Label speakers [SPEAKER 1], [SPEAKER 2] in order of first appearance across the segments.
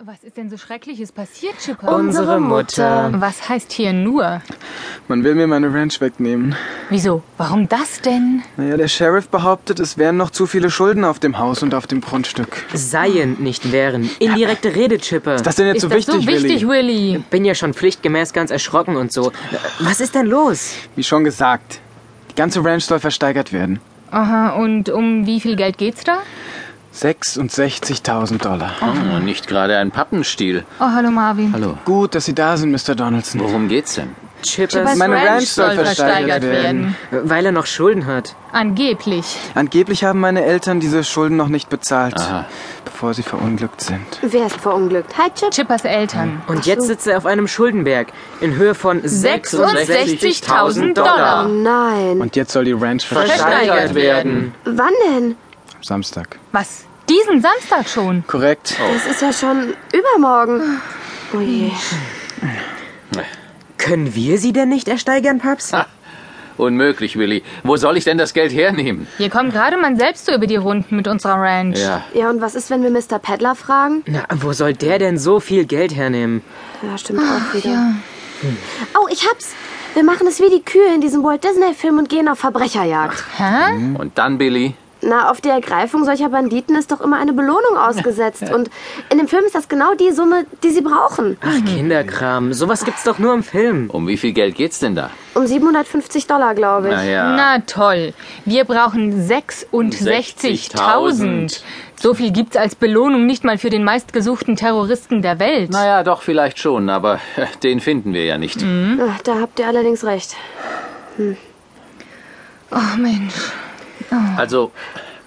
[SPEAKER 1] Was ist denn so Schreckliches passiert, Chipper?
[SPEAKER 2] Unsere Mutter.
[SPEAKER 1] Was heißt hier nur?
[SPEAKER 3] Man will mir meine Ranch wegnehmen.
[SPEAKER 1] Wieso? Warum das denn?
[SPEAKER 3] Naja, der Sheriff behauptet, es wären noch zu viele Schulden auf dem Haus und auf dem Grundstück.
[SPEAKER 2] Seien, nicht wären. Indirekte Rede, Chipper.
[SPEAKER 3] Ist das denn jetzt
[SPEAKER 1] ist
[SPEAKER 3] so
[SPEAKER 1] das
[SPEAKER 3] wichtig,
[SPEAKER 1] so wichtig,
[SPEAKER 3] Willi?
[SPEAKER 1] Willi?
[SPEAKER 2] Bin ja schon pflichtgemäß ganz erschrocken und so. Was ist denn los?
[SPEAKER 3] Wie schon gesagt, die ganze Ranch soll versteigert werden.
[SPEAKER 1] Aha, und um wie viel Geld geht's da?
[SPEAKER 3] 66.000 Dollar.
[SPEAKER 4] Oh, nicht gerade ein Pappenstiel.
[SPEAKER 1] Oh, hallo Marvin.
[SPEAKER 4] Hallo.
[SPEAKER 3] Gut, dass Sie da sind, Mr. Donaldson.
[SPEAKER 4] Worum geht's denn?
[SPEAKER 2] Chippers,
[SPEAKER 1] Chippers
[SPEAKER 3] Meine
[SPEAKER 1] Ranch
[SPEAKER 3] Ranch soll versteigert werden.
[SPEAKER 2] weil er noch Schulden hat.
[SPEAKER 1] Angeblich.
[SPEAKER 3] Angeblich haben meine Eltern diese Schulden noch nicht bezahlt,
[SPEAKER 4] Aha.
[SPEAKER 3] bevor sie verunglückt sind.
[SPEAKER 5] Wer ist verunglückt? Hi, Chip.
[SPEAKER 1] Chippers Eltern.
[SPEAKER 2] Und jetzt sitzt er auf einem Schuldenberg in Höhe von
[SPEAKER 1] 66.000
[SPEAKER 2] 66.000
[SPEAKER 5] Oh
[SPEAKER 2] Dollar.
[SPEAKER 5] nein.
[SPEAKER 3] Und jetzt soll die Ranch versteigert
[SPEAKER 1] Versteigert
[SPEAKER 2] werden.
[SPEAKER 5] Wann denn?
[SPEAKER 3] am Samstag.
[SPEAKER 1] Was? Diesen Samstag schon?
[SPEAKER 3] Korrekt.
[SPEAKER 5] Das ist ja schon übermorgen. Oh je.
[SPEAKER 2] Können wir sie denn nicht ersteigern, Paps?
[SPEAKER 4] Unmöglich, Willi. Wo soll ich denn das Geld hernehmen?
[SPEAKER 1] Hier kommt gerade man selbst so über die Runden mit unserer Ranch.
[SPEAKER 4] Ja.
[SPEAKER 5] Ja, und was ist, wenn wir Mr. Peddler fragen?
[SPEAKER 2] Na, wo soll der denn so viel Geld hernehmen?
[SPEAKER 5] Ja, stimmt auch wieder. Oh, ich hab's. Wir machen es wie die Kühe in diesem Walt Disney-Film und gehen auf Verbrecherjagd.
[SPEAKER 1] Hä?
[SPEAKER 4] Und dann, Billy,
[SPEAKER 5] Na, auf die Ergreifung solcher Banditen ist doch immer eine Belohnung ausgesetzt. Und in dem Film ist das genau die Summe, die sie brauchen.
[SPEAKER 2] Ach, Kinderkram. Sowas gibt's doch nur im Film.
[SPEAKER 4] um wie viel Geld geht's denn da?
[SPEAKER 5] Um 750 Dollar, glaube ich.
[SPEAKER 4] Naja.
[SPEAKER 1] Na toll. Wir brauchen 66.000. So viel gibt's als Belohnung nicht mal für den meistgesuchten Terroristen der Welt.
[SPEAKER 4] Naja, doch, vielleicht schon, aber äh, den finden wir ja nicht.
[SPEAKER 5] Ach, Da habt ihr allerdings recht.
[SPEAKER 1] Oh Mensch.
[SPEAKER 4] Also,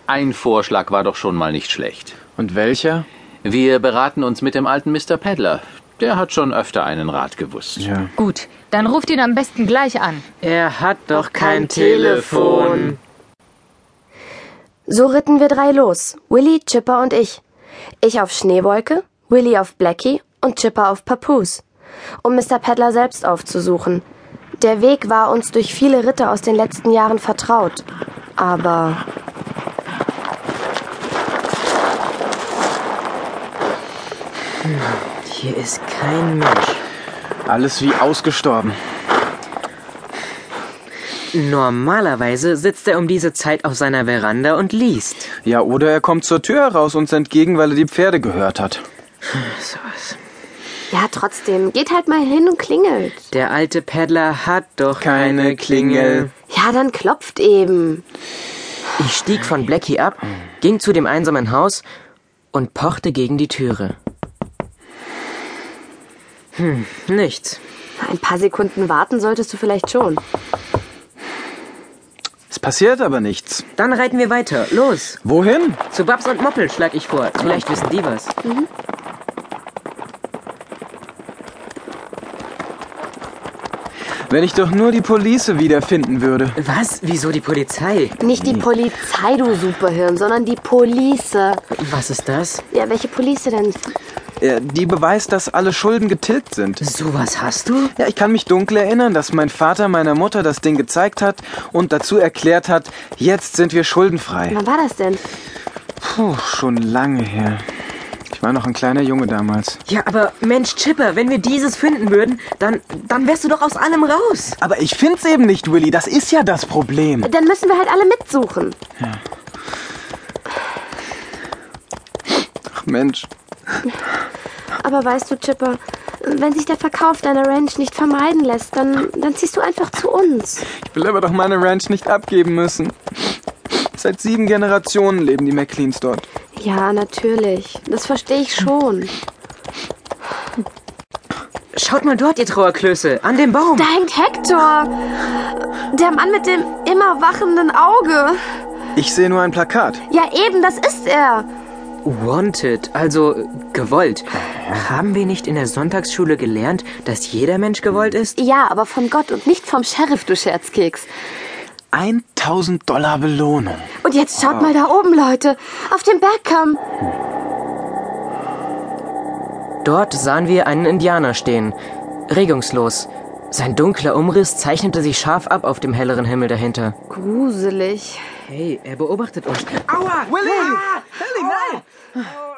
[SPEAKER 4] ein Vorschlag war doch schon mal nicht schlecht.
[SPEAKER 3] Und welcher?
[SPEAKER 4] Wir beraten uns mit dem alten Mr. Peddler. Der hat schon öfter einen Rat gewusst.
[SPEAKER 3] Ja.
[SPEAKER 1] Gut, dann ruft ihn am besten gleich an.
[SPEAKER 2] Er hat doch kein
[SPEAKER 5] kein
[SPEAKER 2] Telefon.
[SPEAKER 5] So ritten wir drei los. Willy, Chipper und ich. Ich auf Schneewolke, Willy auf Blackie und Chipper auf Papoose, um Mr. Peddler selbst aufzusuchen. Der Weg war uns durch viele Ritte aus den letzten Jahren vertraut. Aber
[SPEAKER 2] Hier ist kein Mensch.
[SPEAKER 3] Alles wie ausgestorben.
[SPEAKER 2] Normalerweise sitzt er um diese Zeit auf seiner Veranda und liest.
[SPEAKER 3] Ja, oder er kommt zur Tür heraus uns entgegen, weil er die Pferde gehört hat.
[SPEAKER 2] Sowas.
[SPEAKER 5] ja, trotzdem, geht halt mal hin und klingelt.
[SPEAKER 2] Der alte Peddler hat doch keine,
[SPEAKER 3] Keine
[SPEAKER 2] Klingel.
[SPEAKER 3] Klingel.
[SPEAKER 5] Ja, dann klopft eben.
[SPEAKER 2] Ich stieg von Blackie ab, ging zu dem einsamen Haus und pochte gegen die Türe. Hm, nichts.
[SPEAKER 5] Ein paar Sekunden warten solltest du vielleicht schon.
[SPEAKER 3] Es passiert aber nichts.
[SPEAKER 2] Dann reiten wir weiter. Los.
[SPEAKER 3] Wohin?
[SPEAKER 2] Zu Babs und Moppel schlag ich vor. Vielleicht wissen die was.
[SPEAKER 3] Wenn ich doch nur die Police wiederfinden würde.
[SPEAKER 2] Was? Wieso die Polizei?
[SPEAKER 5] Nicht die Polizei, du Superhirn, sondern die Police.
[SPEAKER 2] Was ist das?
[SPEAKER 5] Ja, welche Police denn?
[SPEAKER 3] Äh, Die beweist, dass alle Schulden getilgt sind.
[SPEAKER 2] Sowas hast du?
[SPEAKER 3] Ja, ich kann mich dunkel erinnern, dass mein Vater meiner Mutter das Ding gezeigt hat und dazu erklärt hat, jetzt sind wir schuldenfrei.
[SPEAKER 5] Wann war das denn?
[SPEAKER 3] Puh, schon lange her. Ich war noch ein kleiner Junge damals.
[SPEAKER 2] Ja, aber Mensch, Chipper, wenn wir dieses finden würden, dann, dann wärst du doch aus allem raus.
[SPEAKER 3] Aber ich find's eben nicht, Willy. Das ist ja das Problem.
[SPEAKER 5] Dann müssen wir halt alle mitsuchen.
[SPEAKER 3] Ach Mensch.
[SPEAKER 5] Aber weißt du, Chipper, wenn sich der Verkauf deiner Ranch nicht vermeiden lässt, dann, dann ziehst du einfach zu uns.
[SPEAKER 3] Ich will aber doch meine Ranch nicht abgeben müssen. Seit sieben Generationen leben die McLeans dort.
[SPEAKER 5] Ja, natürlich. Das verstehe ich schon.
[SPEAKER 2] Schaut mal dort, ihr Trauerklöße, an dem Baum.
[SPEAKER 5] Da hängt Hector. Der Mann mit dem immer wachenden Auge.
[SPEAKER 3] Ich sehe nur ein Plakat.
[SPEAKER 5] Ja, eben, das ist er.
[SPEAKER 2] Wanted, also äh, gewollt. Haben wir nicht in der Sonntagsschule gelernt, dass jeder Mensch gewollt ist?
[SPEAKER 5] Ja, aber von Gott und nicht vom Sheriff, du Scherzkeks.
[SPEAKER 3] 1000 Dollar Belohnung.
[SPEAKER 5] Und jetzt schaut mal da oben, Leute. Auf dem Bergkamm.
[SPEAKER 2] Dort sahen wir einen Indianer stehen, regungslos. Sein dunkler Umriss zeichnete sich scharf ab auf dem helleren Himmel dahinter.
[SPEAKER 5] Gruselig.
[SPEAKER 2] Hey, er beobachtet uns. Aua!
[SPEAKER 3] Willy!
[SPEAKER 2] Willi, nein!